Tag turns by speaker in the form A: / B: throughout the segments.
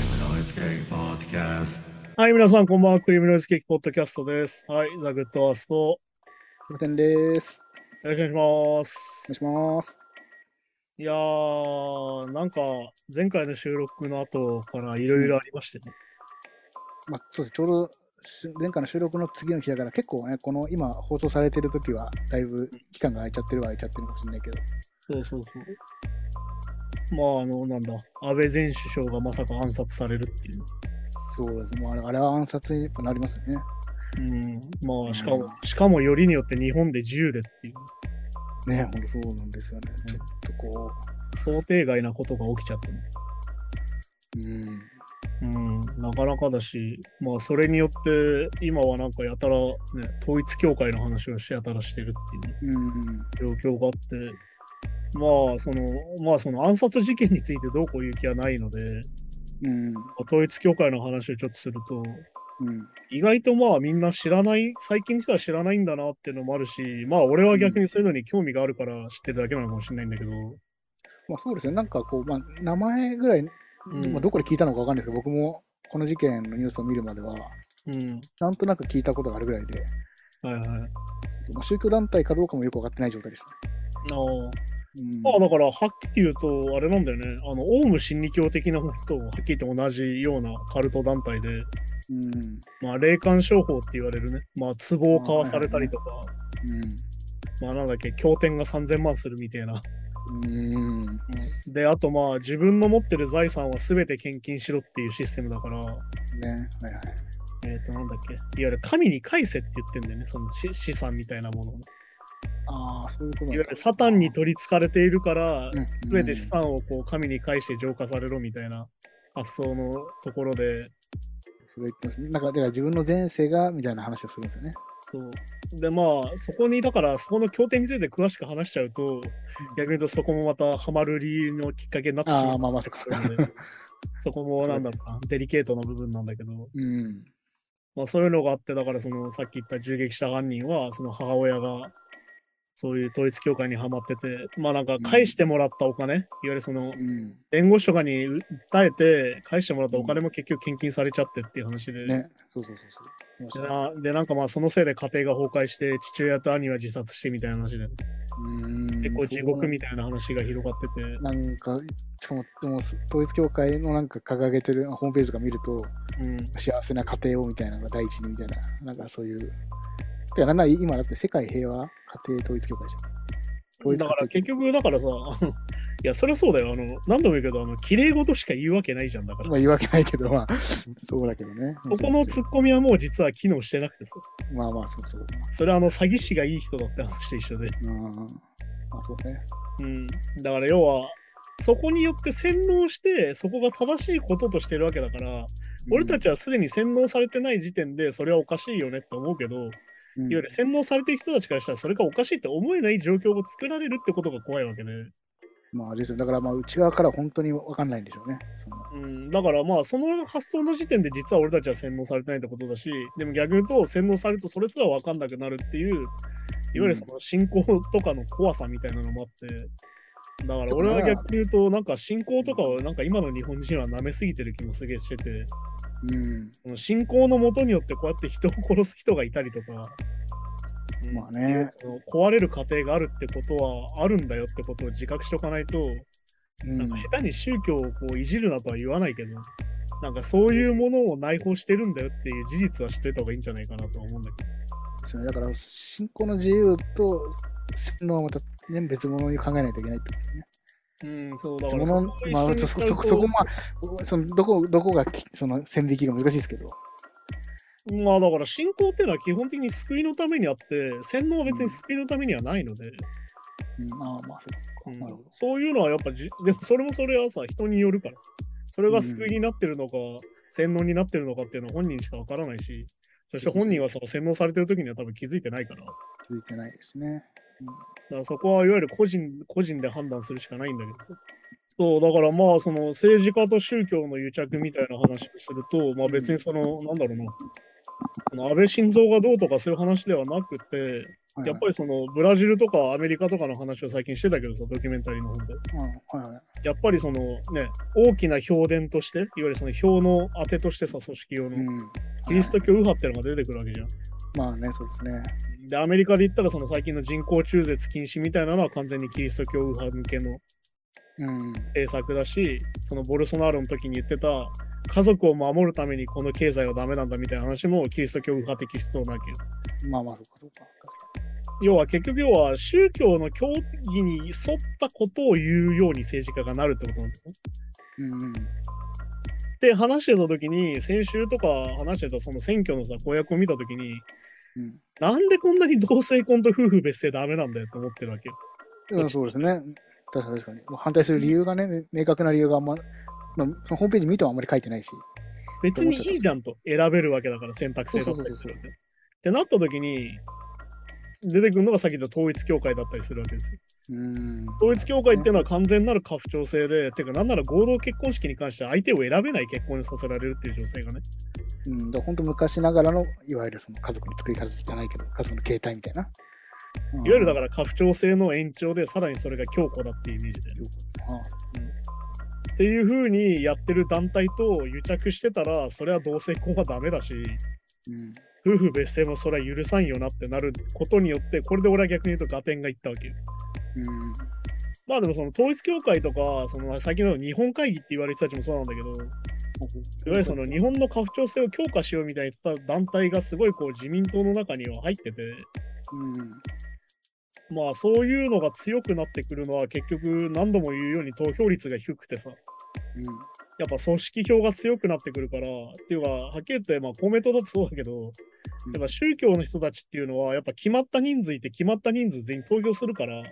A: Cake Podcast.
B: はい、皆さん、こんばんは。クリームノイズケーキポッドキャストです。はい、ザ・グッドアースト。よ
C: 露天です。
B: ろしくお願いしま
C: お願い
B: す。
C: します。
B: いやー、なんか、前回の収録の後からいろいろありましてね。
C: まあ、そうです。ちょうどし前回の収録の次の日だから、結構ね、この今放送されてる時は、だいぶ期間が空いちゃってるは空いちゃってるかもしれないけど、
B: そうそうそう。まあ、あの、なんだ、安倍前首相がまさか暗殺されるっていう。
C: そうです。もうあれあれは暗殺にやっぱなりますよね。
B: うん、まあ、しか
C: う
B: も、しかもよりによって日本で自由でっていう、
C: ね、ほんとそうなんですよね。
B: うん
C: ちょっとこ
B: 想定外なことが起きちゃってね。
C: う、うん、
B: うん、なかなかだし、まあ、それによって、今はなんかやたら、ね、統一教会の話をしてやたらしてるっていう。
C: うん、
B: 状況があって、まあその、まあその暗殺事件についてどうこう言う気はないので、
C: うん、
B: 統一教会の話をちょっとすると、
C: うん、
B: 意外とまあみんな知らない、最近の人は知らないんだなっていうのもあるし、まあ俺は逆にそういうのに興味があるから知ってるだけなのかもしれないんだけど、
C: まあそうですよ。なんかこう、まあ、名前ぐらい、
B: ん
C: まあ、どこで聞いたのかわかんないですけど、僕もこの事件のニュースを見るまでは、
B: うん、
C: なんとなく聞いたことがあるぐらいで、
B: はいはい。
C: まあ、宗教団体かどうかもよく分かってない状態でした。
B: あの
C: うん
B: まあだから、はっきり言うと、あれなんだよね、あの、オウム真理教的なものと、はっきり言って同じようなカルト団体で、
C: うん
B: まあ、霊感商法って言われるね、まあ、壺を買わされたりとか、
C: うん
B: まあなんだっけ、経典が3000万するみたいな。
C: うーん。
B: で、あとまあ自分の持ってる財産は全て献金しろっていうシステムだから、
C: ね。はいはい。
B: えっ、となんだっけ、いわゆる神に返せって言ってんだよね、その資資産みたいなものをね
C: ああ、そういうことなんだ
B: いわゆるサタンに取りつかれているから、
C: うん
B: 全て資産をこう神に返して浄化されろみたいな発想のところで、
C: それ言ってますね。なんか、だから自分の前世がみたいな話をするんですよね。
B: そう。でまあそこにだからそこの経典について詳しく話しちゃうと逆に言うとそこもまたハマる理由のきっかけになってし
C: あ
B: ま
C: あ、
B: う
C: まあまあ、そっかそっか。
B: の でそこもなんだろうなデリケートな部分なんだけど、
C: うん。
B: まあ、そういうのがあってだからそのさっき言った銃撃した犯人はその母親がそういう統一教会にはまっててまあなんか返してもらったお金、いわゆるその
C: うん。
B: 弁護士とかに訴えて返してもらったお金も結局献金されちゃってっていう話で、
C: ね。そうそうそう
B: で
C: そう。
B: なでなんかまあそのせいで家庭が崩壊して父親と兄は自殺してみたいな話で
C: うーん。
B: 結構地獄み
C: た
B: たいな話が広がってて、
C: いな。なんか、しかも、でも、統一教会のなんか掲げてるホームページとか見ると、
B: うん、
C: 幸せな家庭をみたいなのが第一にみたいな、なんかそういう。てか、なんなら今だって世界平和家庭統一教会じゃん。統一
B: だ
C: 家
B: から
C: 庭
B: 結局だからさ あのいやそりゃそうだよあの何度も言うけどあの綺麗事しか言うわけないじゃんだから
C: まあ言うわけないけど、まあ、そうだけどね。
B: そこのツッコミはもう実は機能してなくてさ、
C: まあまあ、そうそう。
B: それはあの詐欺師がいい人だって話と一緒で、
C: うん。まあそうね。
B: うん、だから要は、そこによって洗脳して、そこが正しいこととしてるわけだから、俺たちはすでに洗脳されてない時点で、それはおかしいよねって思うけど、いわ
C: うん、い
B: ゆる洗脳されてる人たちからしたら、それがおかしいって思えない状況を作られるってことが怖いわけで、
C: まあ、ですよだからまあ、内側から本当に分かんないんでしょうね。その
B: うん、だからまあ、その発想の時点で、実は俺たちは洗脳されてないってことだし、でも逆に言うと、洗脳されるとそれすら分かんなくなるっていう、いわゆるその信仰とかの怖さみたいなのもあって、だから俺は逆に言うと、なんか信仰とかをなんか今の日本人は舐めすぎてる気もすげえしてて、
C: うん。
B: その信仰のもとによってこうやって人を殺す人がいたりとか、うん
C: まあね。
B: その壊れる過程があるってことはあるんだよってことを自覚しておかないと、
C: うん
B: なんか下手に宗教をこういじるなとは言わないけど、なんかそういうものを内包してるんだよっていう事実は知っておいた方がいいんじゃないかなとは思うんだけど。
C: そうだから、信仰の自由と洗脳はまた、ね、別物に考えないといけないってことですね。
B: うん、そうだか
C: そ
B: ら
C: の
B: こを一
C: ま
B: 緒
C: あ、
B: に
C: そ
B: 使う
C: そそ
B: と
C: そこ、まあ、そのどこどこがきその線引きが難しいですけど。
B: まあだから信仰っていうのは基本的に救いのためにあって、洗脳は別に救いのためにはないので、
C: うん、まあまあ、そ
B: う
C: う
B: ん
C: か。なるほど。
B: そういうのはやっぱじ、 でもそれもそれはさ、人によるからさ、それが救いになってるのか、洗脳になってるのかっていうのは本人しかわからないし、そして本人はその洗脳されてる時には多分気づいてないから、だか
C: 続いてないですね。うん
B: らそこはいわゆる個人個人で判断するしかないんだけどさ。そうだからまあその政治家と宗教の癒着みたいな話をすると、まあ、別にその、なんだろうなその安倍晋三がどうとかそういう話ではなくて
C: はい
B: やっぱりそのブラジルとかアメリカとかの話を最近してたけどさ、ドキュメンタリーの方で。
C: うんはいはい
B: やっぱりそのね、大きな評伝として、いわゆるその票の当てとしてさ、組織用の、
C: うん
B: キリスト教右派ってのが出てくるわけじゃん。
C: まあね、そうですね。
B: で、アメリカで言ったらその最近の人工中絶禁止みたいなのは完全にキリスト教右派向けの
C: うん。
B: 政策だし、そのボルソナーロの時に言ってた、家族を守るためにこの経済はダメなんだみたいな話もキリスト教右派的思想なわけよ。
C: まあまあ、そうかそうか。
B: 要は結局要は宗教の教義に沿ったことを言うように政治家がなるってことなんだよね。
C: うんうん。
B: で話してた時に先週とか話してたその選挙のさ公約を見た時に
C: うん
B: なんでこんなに同性婚と夫婦別姓ダメなんだよと思ってるわけよ。
C: いや、そうですね。確かに確かに。もう反対する理由がね、明確な理由があんま、まあ、そのホームページ見てもあんまり書いてないし。
B: 別にいいじゃんと選べるわけだから選択制だったりするわけ。ってなった時に出てくるのがさっき言った統一教会だったりするわけですよ。
C: うん。
B: 統一教会っていうのは完全なる家父長制で、てかなんなら合同結婚式に関しては相手を選べない結婚にさせられるっていう女性がね。
C: うん、だ本当昔ながらの、いわゆるその家族の作り方じゃないけど、家族の形態みたいな。うん
B: いわゆるだから家父長制の延長でさらにそれが強固だっていうイメージだよね。
C: あ
B: っていう風にやってる団体と癒着してたら、それは同性婚はダメだし、
C: うん、
B: 夫婦別姓もそれは許さんよなってなることによって、これで俺は逆に言うと合点がいったわけよ。
C: うん、
B: まあでもその統一教会とか、その最近の日本会議って言われる人たちもそうなんだけど、いわゆるその日本の家父長制を強化しようみたいな団体がすごいこう自民党の中には入ってて、
C: うん、
B: まあそういうのが強くなってくるのは結局何度も言うように投票率が低くてさ、
C: うん、
B: やっぱ組織票が強くなってくるから、っていうか、はっきり言って、まあ、公明党だってそうだけど、
C: ん
B: やっぱ宗教の人たちっていうのは、やっぱ決まった人数いて、決まった人数全員投票するから、い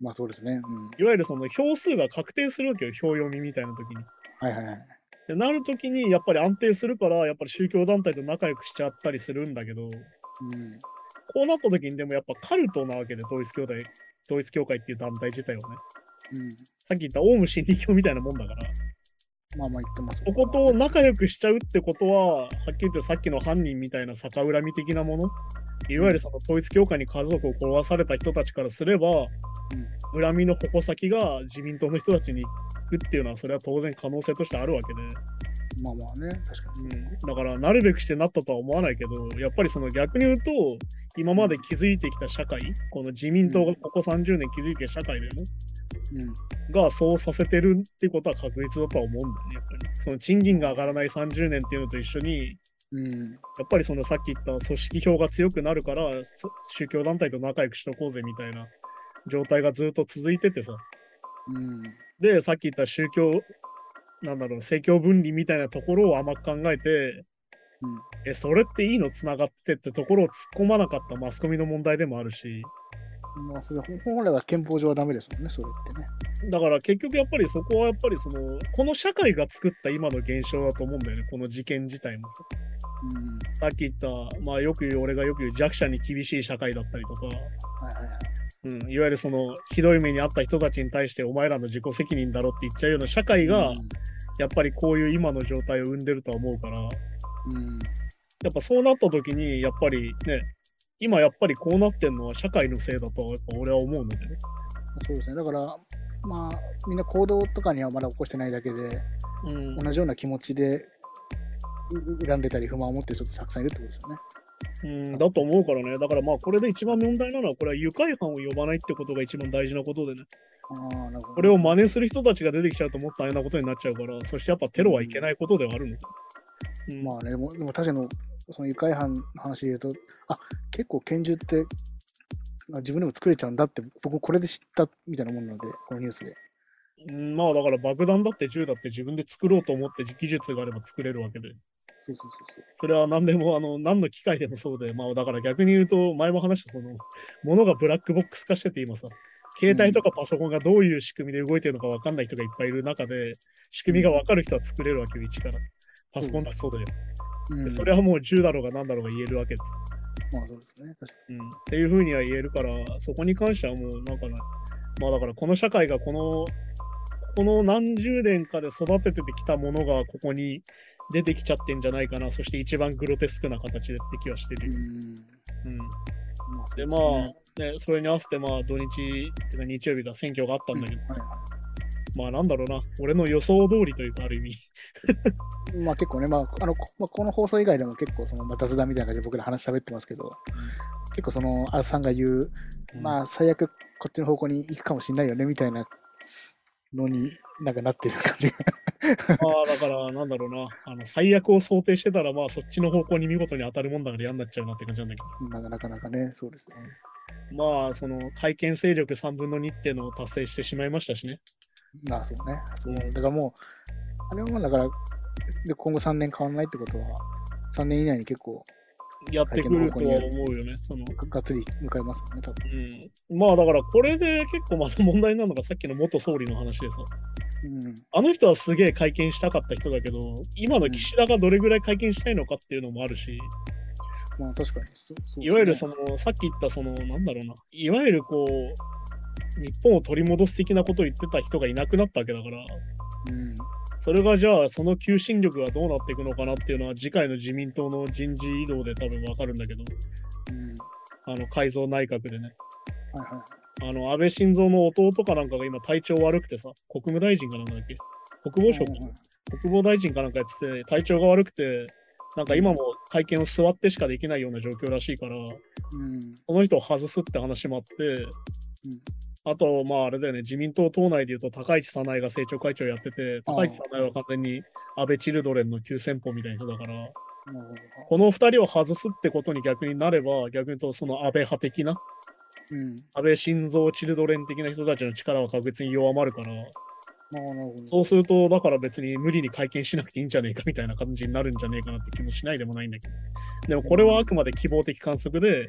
C: まあそうですね。うん、
B: わゆるその票数が確定するわけよ、票読みみたいな時に。
C: はいはいはい。
B: でなる時に、やっぱり安定するから、やっぱり宗教団体と仲良くしちゃったりするんだけど、
C: うん、
B: こうなった時に、でもやっぱカルトなわけで、統一教会、統一教会っていう団体自体はね。
C: うん、
B: さっき言ったオウム真理教みたいなもんだから、
C: まあまあ言ってます。
B: そこと仲良くしちゃうってことは、はっきり言ってさっきの犯人みたいな逆恨み的なもの、いわゆるその統一教会に家族を壊された人たちからすれば、恨みの矛先が自民党の人たちに行くっていうのは、それは当然可能性としてあるわけで、
C: まあまあね、確かに。
B: だからなるべくしてなったとは思わないけど、やっぱりその逆に言うと、今まで築いてきた社会、この自民党がここ30年築いてきた社会だよね、
C: うん、
B: がそうさせてるってことは確実だとは思うんだよね、やっぱり。その賃金が上がらない30年っていうのと一緒に、
C: うん、
B: やっぱりそのさっき言った組織票が強くなるから、そ宗教団体と仲良くしとこうぜみたいな状態がずっと続いててさ。
C: うん、
B: で、さっき言った宗教、なんだろう、政教分離みたいなところを甘く考えて、
C: うん
B: え、それっていいのつながってってところを突っ込まなかったマスコミの問題でもあるし、
C: まあ、それ本来は憲法上はダメですもんね、それってね。
B: だから結局やっぱりそこはやっぱりその、この社会が作った今の現象だと思うんだよね、この事件自体もさ。
C: うん、
B: さっき言った、まあよく言う、俺がよく言う弱者に厳しい社会だったりとか、
C: はいはいはい。
B: うん、いわゆるそのひどい目に遭った人たちに対してお前らの自己責任だろって言っちゃうような社会がやっぱりこういう今の状態を生んでるとは思うからや
C: うん、
B: っぱそうなった時にやっぱりね今やっぱりこうなってんのは社会のせいだとはやっぱ俺は思うのでね
C: そうですね。だから、まあ、みんな行動とかにはまだ起こしてないだけで、
B: うん
C: 同じような気持ちでう恨んでたり不満を持ってる人ってたくさんいるってことですよね。
B: うん、だと思うからねだからまあこれで一番問題なのはこれは愉快犯を呼ばないってことが一番大事なことでね
C: ああ、なるほど。
B: これを真似する人たちが出てきちゃうともっと大変なことになっちゃうからそしてやっぱテロはいけないことではあるのか、うん
C: まあね、でもでも確かに、その愉快犯の話で言うと、あ結構拳銃ってあ自分でも作れちゃうんだって、僕もこれで知ったみたいなもんなので、このニュースで。
B: うんまあだから爆弾だって銃だって自分で作ろうと思って技術があれば作れるわけで、
C: そうそうそうそう。
B: それは何でも、あの、何の機械でもそうで、まあだから逆に言うと、前も話したその、ものがブラックボックス化してて今さ、携帯とかパソコンがどういう仕組みで動いてるのか分かんない人がいっぱいいる中で、仕組みが分かる人は作れるわけよ、一から。パソコンだってそうだよ。
C: う
B: で
C: ん、
B: それはもう銃だろうが何だろうが言えるわけです。
C: まあそうですね。確か
B: うん、っていうふうには言えるから、そこに関してはもう、なんかな、まあだからこの社会がこの、この何十年かで育ててきたものがここに出てきちゃってんじゃないかな、そして一番グロテスクな形でって気はしてる
C: に。
B: よ。
C: うん。
B: うん
C: まあ、そう
B: で、
C: すね
B: まあ、ね、それに合わせて、まあ、土日っていうか日曜日が選挙があったんだけど、
C: はいは
B: まあ、なんだろうな、俺の予想通りというか、ある意味。
C: いまあ結構ね、まああのこまあ、この放送以外でも結構その、まあ、雑談みたいな感じで僕ら話しゃべってますけど、結構その、アルさんが言う、ま
B: あ、
C: あ最悪こっちの方向に行くかもしれないよねみたいなのになんかなってる感じが。
B: まあ、だから、なんだろうな、あの最悪を想定してたら、まあ、そっちの方向に見事に当たるもんだから嫌になっちゃうなって感じなんだけど。
C: まあなかなかね、そうですね。
B: まあ、その、改憲勢力3分の2っていうのを達成してしまいましたしね。
C: まあそうね。そ
B: う
C: う
B: ん
C: だからもう、あれはもうだから、で今後3年変わらないってことは、3年以内に結構
B: やってくるとは思うよね。その、
C: ががっつり向かいますよね、多分。
B: うん。まあ、だから、これで結構また問題なのが、さっきの元総理の話でさ、
C: うん。
B: あの人はすげえ会見したかった人だけど、今の岸田がどれぐらい会見したいのかっていうのもあるし、
C: まあ確かにそう。そう
B: いわゆるそ
C: の。
B: の、さっき言ったその、なんだろうな、いわゆるこう、日本を取り戻す的なことを言ってた人がいなくなったわけだから、
C: うん。
B: それがじゃあその求心力がどうなっていくのかなっていうのは次回の自民党の人事異動で多分わかるんだけど、
C: うん。
B: あの改造内閣でね、
C: はいはい。
B: あの安倍晋三の弟かなんかが今体調悪くてさ、国務大臣かなんかだっけ国防省か
C: はいはい
B: 国防大臣かなんかやってて体調が悪くて、なんか今も会見を座ってしかできないような状況らしいから、
C: うん。
B: この人を外すって話もあって、あと、まああれだよね、自民党党内でいうと高市早苗が政調会長やってて、
C: あー
B: 高市早苗は完全に安倍チルドレンの急先鋒みたいな人だから、
C: うん。なるほど。
B: この2人を外すってことに逆になれば、逆に言うとその安倍派的な、
C: うん。
B: 安倍晋三チルドレン的な人たちの力は確実に弱まるから、
C: まあなるほど。
B: そうすると、だから別に無理に会見しなくていいんじゃねえかみたいな感じになるんじゃねえかなって気もしないでもないんだけど。でもこれはあくまで希望的観測で、
C: うん。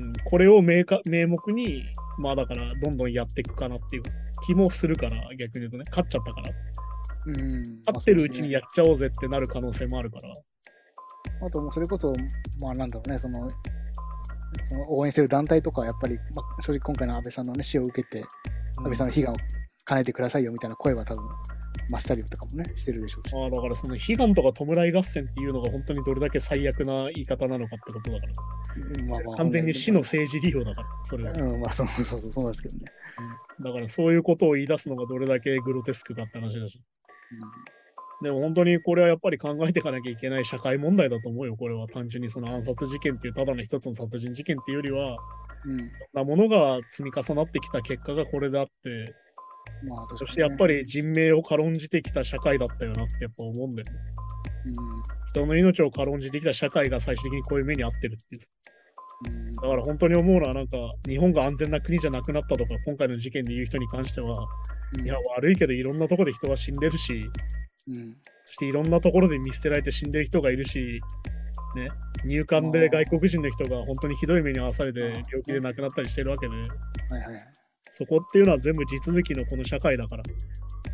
B: うん、これを名か名目に、まあだからどんどんやっていくかなっていう気もするから、逆に言うとね、勝っちゃったから、
C: うん。
B: 勝ってるうちに
C: や
B: やっちゃおうぜってなる可能性もあるから。
C: あともうそれこそ、まあなんだろうね、その、その応援してる団体とかはやっぱり、まあ、正直今回の安倍さんのね、死を受けて、安倍さんの悲願を叶えてくださいよみたいな声は多分、増したりとかもね、してるでしょうし。
B: まあだからその悲願とか弔い合戦っていうのが本当にどれだけ最悪な言い方なのかってことだから、
C: うんまあまあ
B: 完全に死の政治利用だからそれは、
C: うん、まあそうそうそう、そうなんですけどね。
B: だからそういうことを言い出すのがどれだけグロテスクかって話だしでも本当にこれはやっぱり考えていかなきゃいけない社会問題だと思うよこれは単純にその暗殺事件っていうただの一つの殺人事件っていうよりは
C: うん。
B: いろんなものが積み重なってきた結果がこれであって
C: うん、まあ確かに、
B: そしてやっぱ、り人命を軽んじてきた社会だったよなってやっぱ思うんだよね
C: う
B: 人の命を軽んじてきた社会が最終的にこういう目に遭ってるっていう
C: うん。うん。
B: だから本当に思うのは、なんか、日本が安全な国じゃなくなったとか、今回の事件で言う人に関しては、
C: うん
B: いや、悪いけど、いろんなところで人が死んでるし、
C: うん。
B: そしていろんなところで見捨てられて死んでる人がいるし、ね、入管で外国人の人が本当にひどい目に遭わされて、
C: ああ
B: 病気で亡くなったりしてるわけで、
C: はいはいはい。
B: そこっていうのは全部地続きのこの社会だから、だ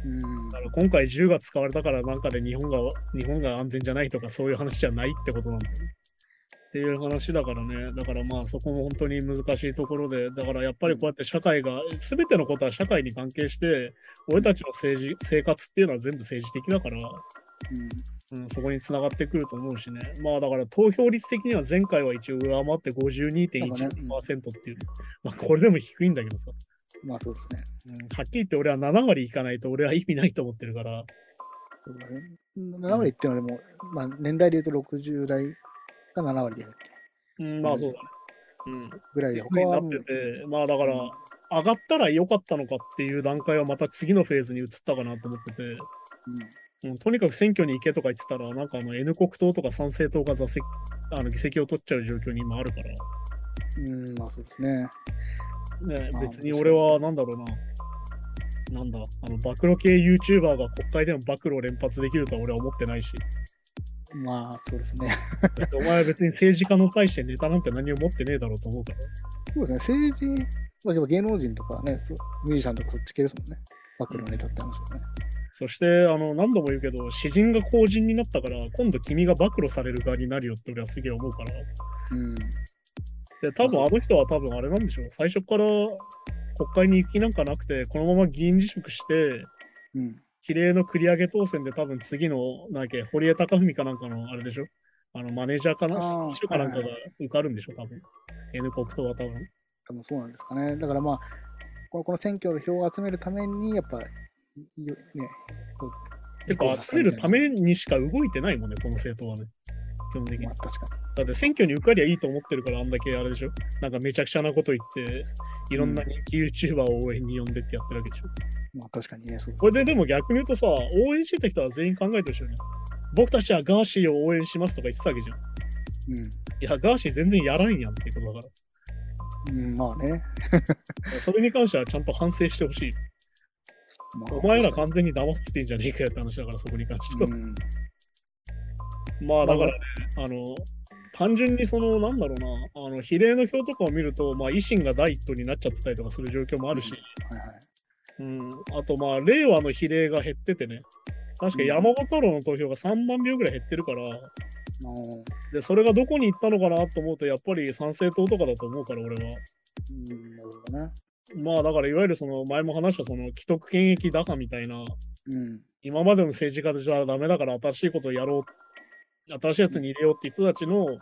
C: うん。
B: から今回銃が使われたからなんかで日本が日本が安全じゃないとか、そういう話じゃないってことなんだよね。っていう話だからね、だからまあそこも本当に難しいところで、だからやっぱりこうやって社会が、すべてのことは社会に関係して、俺たちの政治生活っていうのは全部政治的だから、
C: うん。
B: うん、そこに繋がってくると思うしね、まあだから投票率的には前回は一応上回って52.1%っていう、
C: なんかねうん
B: まあこれでも低いんだけどさ、
C: まあそうですね。
B: うん、はっきり言って俺は7割いかないと俺は意味ないと思ってるから、
C: そうだね。7割っていうのはでも、まあ年代で言うと60代が7割でやるっけ
B: うん、まあそうだね。うん、
C: ぐらい
B: ってい
C: で、
B: うふうになって
C: も
B: て、
C: う
B: まあだから、
C: うん
B: 上がったら良かったのかっていう段階はまた次のフェーズに移ったかなと思ってて、うん、とにかく選挙に行けとか言ってたら、なんかあの N 国党とか賛成党が座席あの議席を取っちゃう状況に今あるから。
C: うん、うん、まあそうですね。
B: ね
C: まあ
B: 別に俺はなんだろうな。なんだ、あの、暴露系 YouTuber が国会でも暴露を連発できるとは俺は思ってないし、
C: まあそうですね。
B: だってお前は別に政治家の対してネタなんて何を持ってねえだろうと思うから。
C: そうですね、政治、まあ、やっぱ芸能人とかね、そうミュージシャンとかそっち系ですもんね。バックのネタって話だね。
B: そして、あの、何度も言うけど、詩人が公人になったから、今度君が暴露される側になるよって俺はすげえ思うから。
C: うん。
B: で、多分あの人は多分あれなんでしょう。最初から国会に行く気なんかなくて、このまま議員辞職して、
C: うん。
B: 比例の繰り上げ当選で多分次の、なんだっけ、堀江貴文かなんかの、あれでしょあの、マネージャーかな
C: あー
B: 秘書かなんかが
C: はい
B: 受かるんでしょ多分。N 国党は多分。
C: 多分そうなんですかね。だからまあ、このこの選挙の票を集めるために、やっぱ、よね、こう
B: てか、集めるためにしか動いてないもんね、この政党はね。基本的に
C: まあ、。確か
B: だって選挙に受かりゃいいと思ってるから、あんだけあれでしょなんかめちゃくちゃなこと言って、いろんな人気 YouTuber を応援に呼んでってやってるわけでしょ。
C: に。まあ、確かにね、そう
B: これででも逆に言うとさ、応援してた人は全員考えてるしよね。僕たちはガーシーを応援しますとか言ってたわけじゃん。いや、ガーシー全然やらんやんっていうことだか
C: うん。うん、まあね。
B: ら。それに関してはちゃんと反省してほしい。
C: まあ
B: お前ら完全に騙されてんじゃねえかよって話だから、そこに関しては。
C: うん。
B: まあだからね、あの、単純にその、なんだろうな、あの、比例の票とかを見ると、まあ維新が第一党になっちゃってたりとかする状況もあるし、
C: はいはい。
B: うん、あとまあ、令和の比例が減っててね、確か山本太郎の投票が3万票ぐらい減ってるから、
C: あの
B: で、それがどこに行ったのかなと思うと、やっぱり参政党とかだと思うから、俺は。
C: うん、なるほどね。
B: まあだから、いわゆるその、前も話したその、既得権益打破みたいな、
C: うん。
B: 今までの政治家じゃダメだから、新しいことをやろう、新しいやつに入れようって人たちの、
C: うん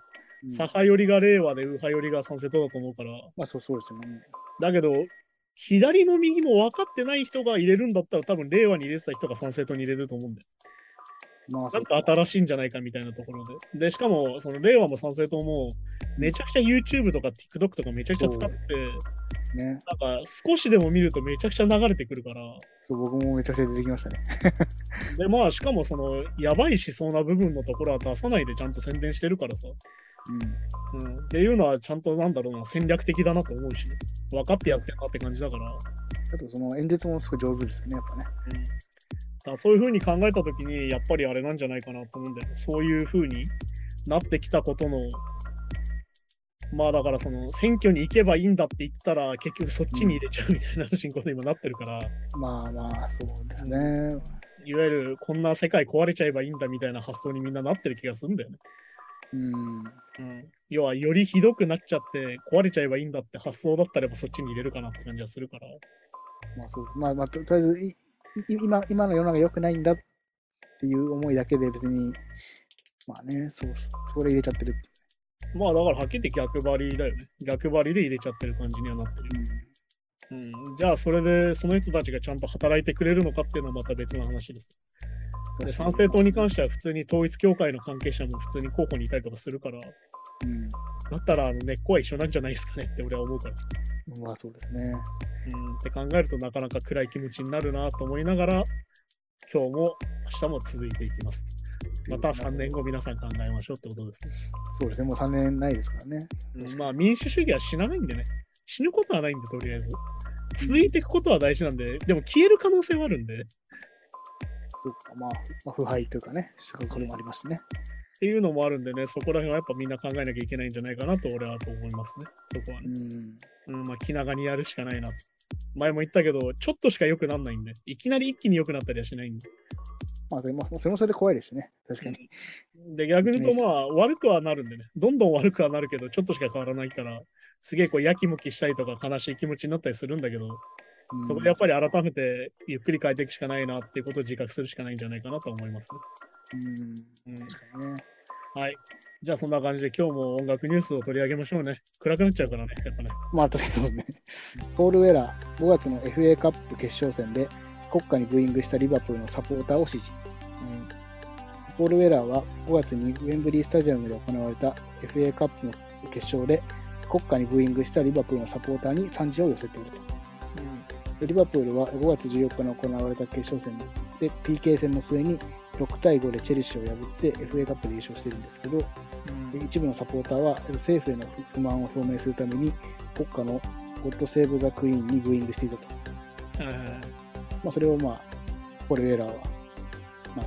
B: 左派寄りが令和で右派寄りが賛成党だと思うから、
C: まあ、そうそうですよね。うん
B: だけど、左も右も分かってない人が入れるんだったら、多分令和に入れてた人が賛成党に入れると思うんだよ。
C: まあ、
B: なん
C: そう
B: か新しいんじゃないかみたいなところで。で、しかも、その令和も賛成党も、めちゃくちゃ YouTube とか TikTok とかめちゃくちゃ使って、
C: ね。
B: なんか少しでも見るとめちゃくちゃ流れてくるから、
C: そう、僕もめちゃくちゃ出てきましたね。
B: で、まあ、しかもその、やばいしそうな部分のところは出さないでちゃんと宣伝してるからさ。うん、っていうのは、ちゃんとなんだろうな、戦略的だなと思うし、分かってやってるなって感じだから。
C: うん。あと、その演説もすごい上手ですよね、やっぱ
B: う
C: ね。
B: んだからそういうふうに考えたときに、やっぱりあれなんじゃないかなと思うんだよね。そういうふうになってきたことの、まあだからその選挙に行けばいいんだって言ったら、結局そっちに入れちゃうみたいな進行で今なってるから、
C: まあまあ、そうですね。
B: いわゆるこんな世界壊れちゃえばいいんだみたいな発想にみんななってる気がするんだよね。
C: うん。
B: うん、要は、よりひどくなっちゃって、壊れちゃえばいいんだって発想だったら、やっぱそっちに入れるかなって感じがするから。
C: まあそう、まあまあ、ととりあえずい、い今、今の世の中良くないんだっていう思いだけで別に、まあね、そう、それ入れちゃってるって
B: まあだからはっきり言って逆張りだよね。逆張りで入れちゃってる感じにはなってる。
C: いう。
B: うん、じゃあそれでその人たちがちゃんと働いてくれるのかっていうのはまた別の話です。
C: うん。
B: で参政党に関
C: し
B: しては普通に統一教会の関係者も普通に候補にいたりとかするから、
C: て。うん。
B: だったらあの根っこは一緒なんじゃないですかねって俺は思うからさ。
C: まあそうですね。
B: うん、って考えるとなかなか暗い気持ちになるなと思いながら、今日も明日も続いていきます。また3年後皆さん考えましょうってことですね。
C: そうですね、もう3年ないですからね。
B: うんまあ民主主義は死なないんでね。死ぬことはないんで、とりあえず。続いていくことは大事なんで、でも消える可能性はあるんで、
C: そうか、まあ、まあ、腐敗というかね、これもありますしね。
B: っていうのもあるんでね、そこら辺はやっぱみんな考えなきゃいけないんじゃないかなと俺はと思いますね。そこは
C: う
B: ね。
C: ん。
B: うん、まあ気長にやるしかないなと。前も言ったけど、ちょっとしか良くなんないんで、いきなり一気に良くなったりはしないんで。
C: まあ、でも、それもそれで怖いですしね。確かに。
B: で、逆に言うとまあ悪くはなるんでね、どんどん悪くはなるけど、ちょっとしか変わらないから、すげえこうやきもきしたりとか悲しい気持ちになったりするんだけど、
C: うん
B: そこでやっぱり改めてゆっくり変えていくしかないなっていうことを自覚するしかないんじゃないかなとは思います
C: うん。
B: ね。うん
C: 確かにね。
B: はい。じゃあそんな感じで今日も音楽ニュースを取り上げましょうね。暗くなっちゃうからね、やっぱね。
C: まあ確かにそうですね。ポール・ウェラー、5月の FA カップ決勝戦で国家にブーイングしたリバプールのサポーターを支持。うんポール・ウェラーは5月にウェンブリースタジアムで行われた FA カップの決勝で国家にブーイングしたリバプールのサポーターに賛辞を寄せていると。でリバプールは5月14日に行われた決勝戦で PK 戦の末に6対5でチェルシーを破って FA カップで優勝してるんですけど、で一部のサポーターはえー政府への不満を表明するために国家のゴッド・セーブ・ザ・クイーンにブーイングしていたと、まあ、それをまあポル・ウェラーは、まあ、ま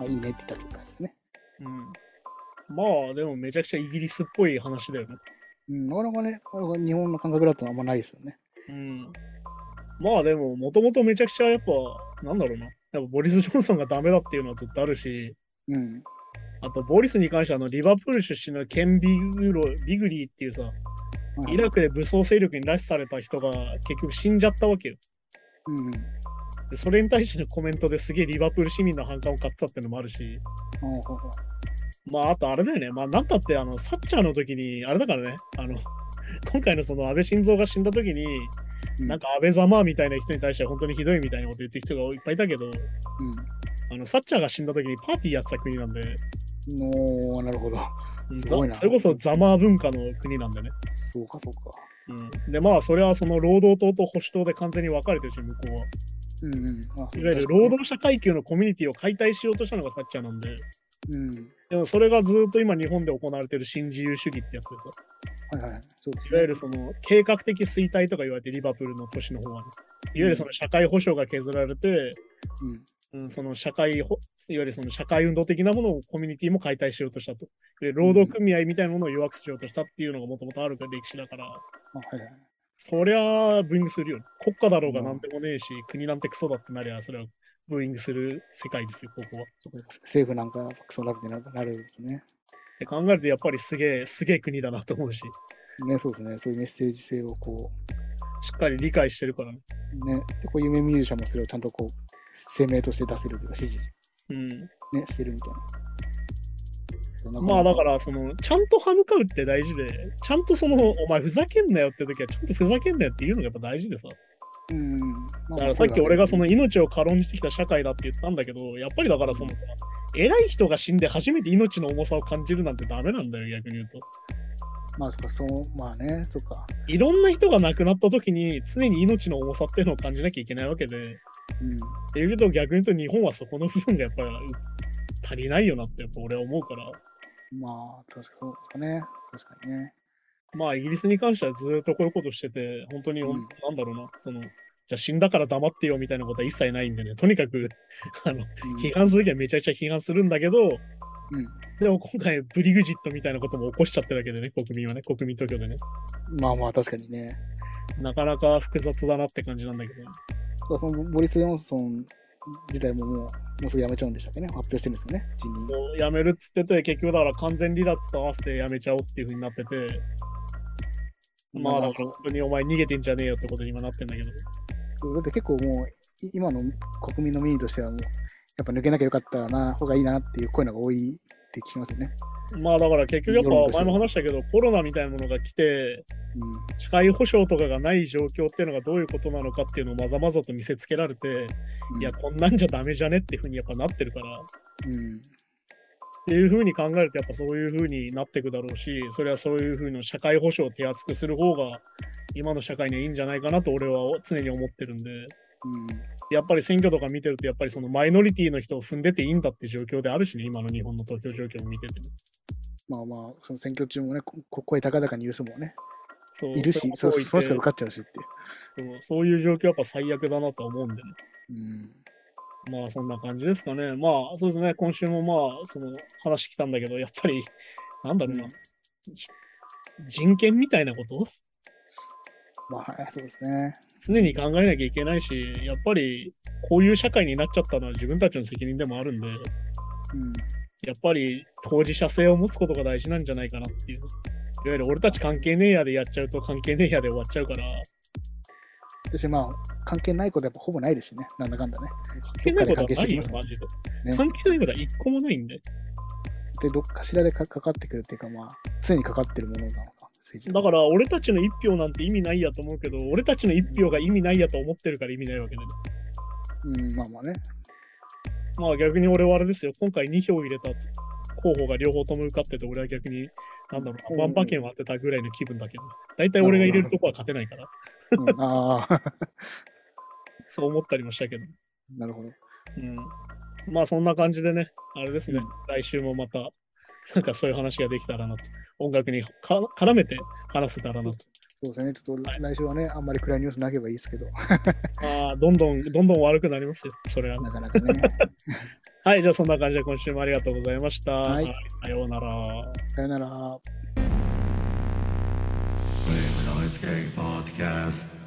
C: あいいねって言ったという感じですね、
B: うんまあでもめちゃくちゃイギリスっぽい話だよね。
C: うん、なかなかねなかなか日本の感覚だとあんまないですよね
B: うん、まあでももともとめちゃくちゃやっぱなんだろうな。やっぱボリス・ジョンソンがダメだっていうのはずっとあるし、
C: うん
B: あとボリスに関してはあのリバプール出身のケン・ビグロビグリーっていうさ、
C: はい
B: イラクで武装勢力に拉致された人が結局死んじゃったわけよ。
C: うんうん
B: でそれに対してのコメントですげえリバプール市民の反感を買ったってのもあるし、
C: ほうほうほう
B: まあ、あとあれだよね。まあ、なんたって、あの、サッチャーの時に、あれだからね、あの、 今回のその安倍晋三が死んだ時に、
C: うん
B: なんか安倍ざまみたいな人に対しては本当にひどいみたいなこと言ってる人がいっぱいいたけど、あの、サッチャーが死んだ時にパーティーやってた国なんで、
C: うん。おー、なるほど。
B: うん
C: すごいな
B: ざそれこそザマー文化の国なんでね。
C: そうか、そうか。
B: うん、で、まあ、それはその労働党と保守党で完全に分かれてるし、向こうは。
C: うんうん。あ
B: いわゆる労働者階級のコミュニティを解体しようとしたのがサッチャーなんで、
C: うん。
B: でもそれがずっと今日本で行われてる新自由主義ってやつでさ、
C: はいはい。そうですね
B: いわゆるその計画的衰退とか言われてリバプールの都市の方はね、いわゆるその社会保障が削られて、
C: うん。
B: うん、その社会ほ、いわゆるその社会運動的なものをコミュニティも解体しようとしたと。で、労働組合みたいなものを弱くしようとしたっていうのがもともとある歴史だから、
C: あはいはい。
B: そりゃブーイングするよ、ね。国家だろうがなんでもねえし、国なんてクソだってなりゃ、それはブーイングする世界ですよ、ここは。
C: そうか政府なんかクソだってななるんですね。
B: って考えると、やっぱりすげえ、すげえ国だなと思うし、
C: ね、そうですね。そういうメッセージ性をこ
B: しっかり理解してるからね。
C: う、ね、でこういうミュージシャンもそれをちゃんとこう、声明として出せるというか、指示、
B: うん。
C: ね、してるみたいな。、
B: まあだからら、その、ちゃんと歯向かうって大事で、ちゃんとその、お前ふざけんなよって時は、ちゃんとふざけんなよっていうのがやっぱ大事でさ。
C: うん。ま
B: だからさっき俺がその
C: うん
B: 命を軽んじてきた社会だって言ったんだけど、やっぱりだからそのさ、偉い人が死んで初めて命の重さを感じるなんてダメなんだよ、逆に言うと。
C: まあ、そっか、そう、まあね、そっか。
B: いろんな人が亡くなった時に、常に命の重さっていうのを感じなきゃいけないわけで、
C: うん。
B: っていうと逆に言うと日本はそこの部分がやっぱり足りないよなってやっぱ俺は思うから、
C: まあ、確かそうですかね。確かにね。
B: まあイギリスに関してはずっとこういうことしてて、本当に、
C: うん
B: なんだろうな、その、じゃあ死んだから黙ってよみたいなことは一切ないんでね、とにかく あの
C: うん
B: 批判する時はめちゃくちゃ批判するんだけど、
C: う
B: でも今回ブリグジットみたいなことも起こしちゃってるわけでね、国民はね、国民投票でね、
C: ん。まあまあ、確かにね。
B: なかなか複雑だなって感じなんだけど、
C: そうそのボリス・ジョンソン自体ももう、もうすぐ辞めちゃうんでしたっけね。発表してるんですよね。辞任。
B: もうやめるっつってて、結局だから完全離脱と合わせてやめちゃおうっていうふうになってて、まあだから本当にお前逃げてんじゃねえよってことに今なってんだけど、
C: そうだって結構もうい今の国民の民意としてはもうやっぱ抜けなきゃよかったな方がいいなっていう声の方が多いって聞きますよね。
B: まあだから結局やっぱ前
C: 世論としては
B: も話したけどコロナみたいなものが来て社会保障とかがない状況っていうのがどういうことなのかっていうのをまざまざと見せつけられて
C: うん、うん
B: いやこんなんじゃダメじゃねっていうふうにやっぱなってるからっ
C: うん
B: ていうふうに考えるとやっぱそういうふうになっていくだろうしそれはそういうふうな社会保障を手厚くする方が今の社会にはいいんじゃないかなと俺は常に思ってるんでやっぱり選挙とか見てるとやっぱりそのマイノリティの人を踏んでていいんだって状況であるしね今の日本の投票状況を見ててね。
C: まあまあその選挙中もねここ声高々にいる人もね
B: そう
C: いるしそ
B: れも置
C: う
B: いて
C: その人が受かっちゃうしっていう。
B: そうそういう状況はやっぱ最悪だなとは思うんでね。
C: うん
B: まあそんな感じですかね。まあそうですね、今週もまあその話来たんだけど、やっぱり、なんだろうな、じ人権みたいなこと
C: まあはいそうですね。
B: 常に考えなきゃいけないし、やっぱりこういう社会になっちゃったのは自分たちの責任でもあるんで、
C: うん
B: やっぱり当事者性を持つことが大事なんじゃないかなっていう。いわゆる俺たち関係ねえやでやっちゃうと関係ねえやで終わっちゃうから、
C: 私まあ関係ないことやっぱほぼないですしねなんだかんだね。
B: 関係ないことはないよ、
C: どっ
B: マ
C: か
B: ジで。
C: ね
B: 関係ないことは一個もないんで。
C: でどっかしらでかかかってくるっていうかまあ常にかかってるものなのか政治
B: だから俺たちの一票なんて意味ないやと思うけど、俺たちの一票が意味ないやと思ってるから意味ないわけで、ね。
C: うんまあまあね。
B: まあ逆に俺はあれですよ、今回2票入れた候補が両方とも受かってて、俺は逆に、なんだろ
C: う
B: う、
C: ん
B: 万馬券を当てたぐらいの気分だけど、大体俺が入れるとこは勝てないから、
C: うん、ああ
B: そう思ったりもしたけど。
C: なるほど。
B: うん。まあそんな感じでね、あれですね、
C: うん
B: 来週もまた、なんかそういう話ができたらなと。音楽にか絡めて話せたらなと。
C: そうですね、ちょっと
B: はい
C: 来週はね、あんまり暗いニュースなければいいです けど、
B: まあ、どんどん、どんどん悪くなりますよ、それはね。
C: なかなかね。
B: はい、じゃあそんな感じで今週もありがとうございました。
C: はい
B: さようなら。
C: さよなら。
A: Wave Noise Gang Podcast.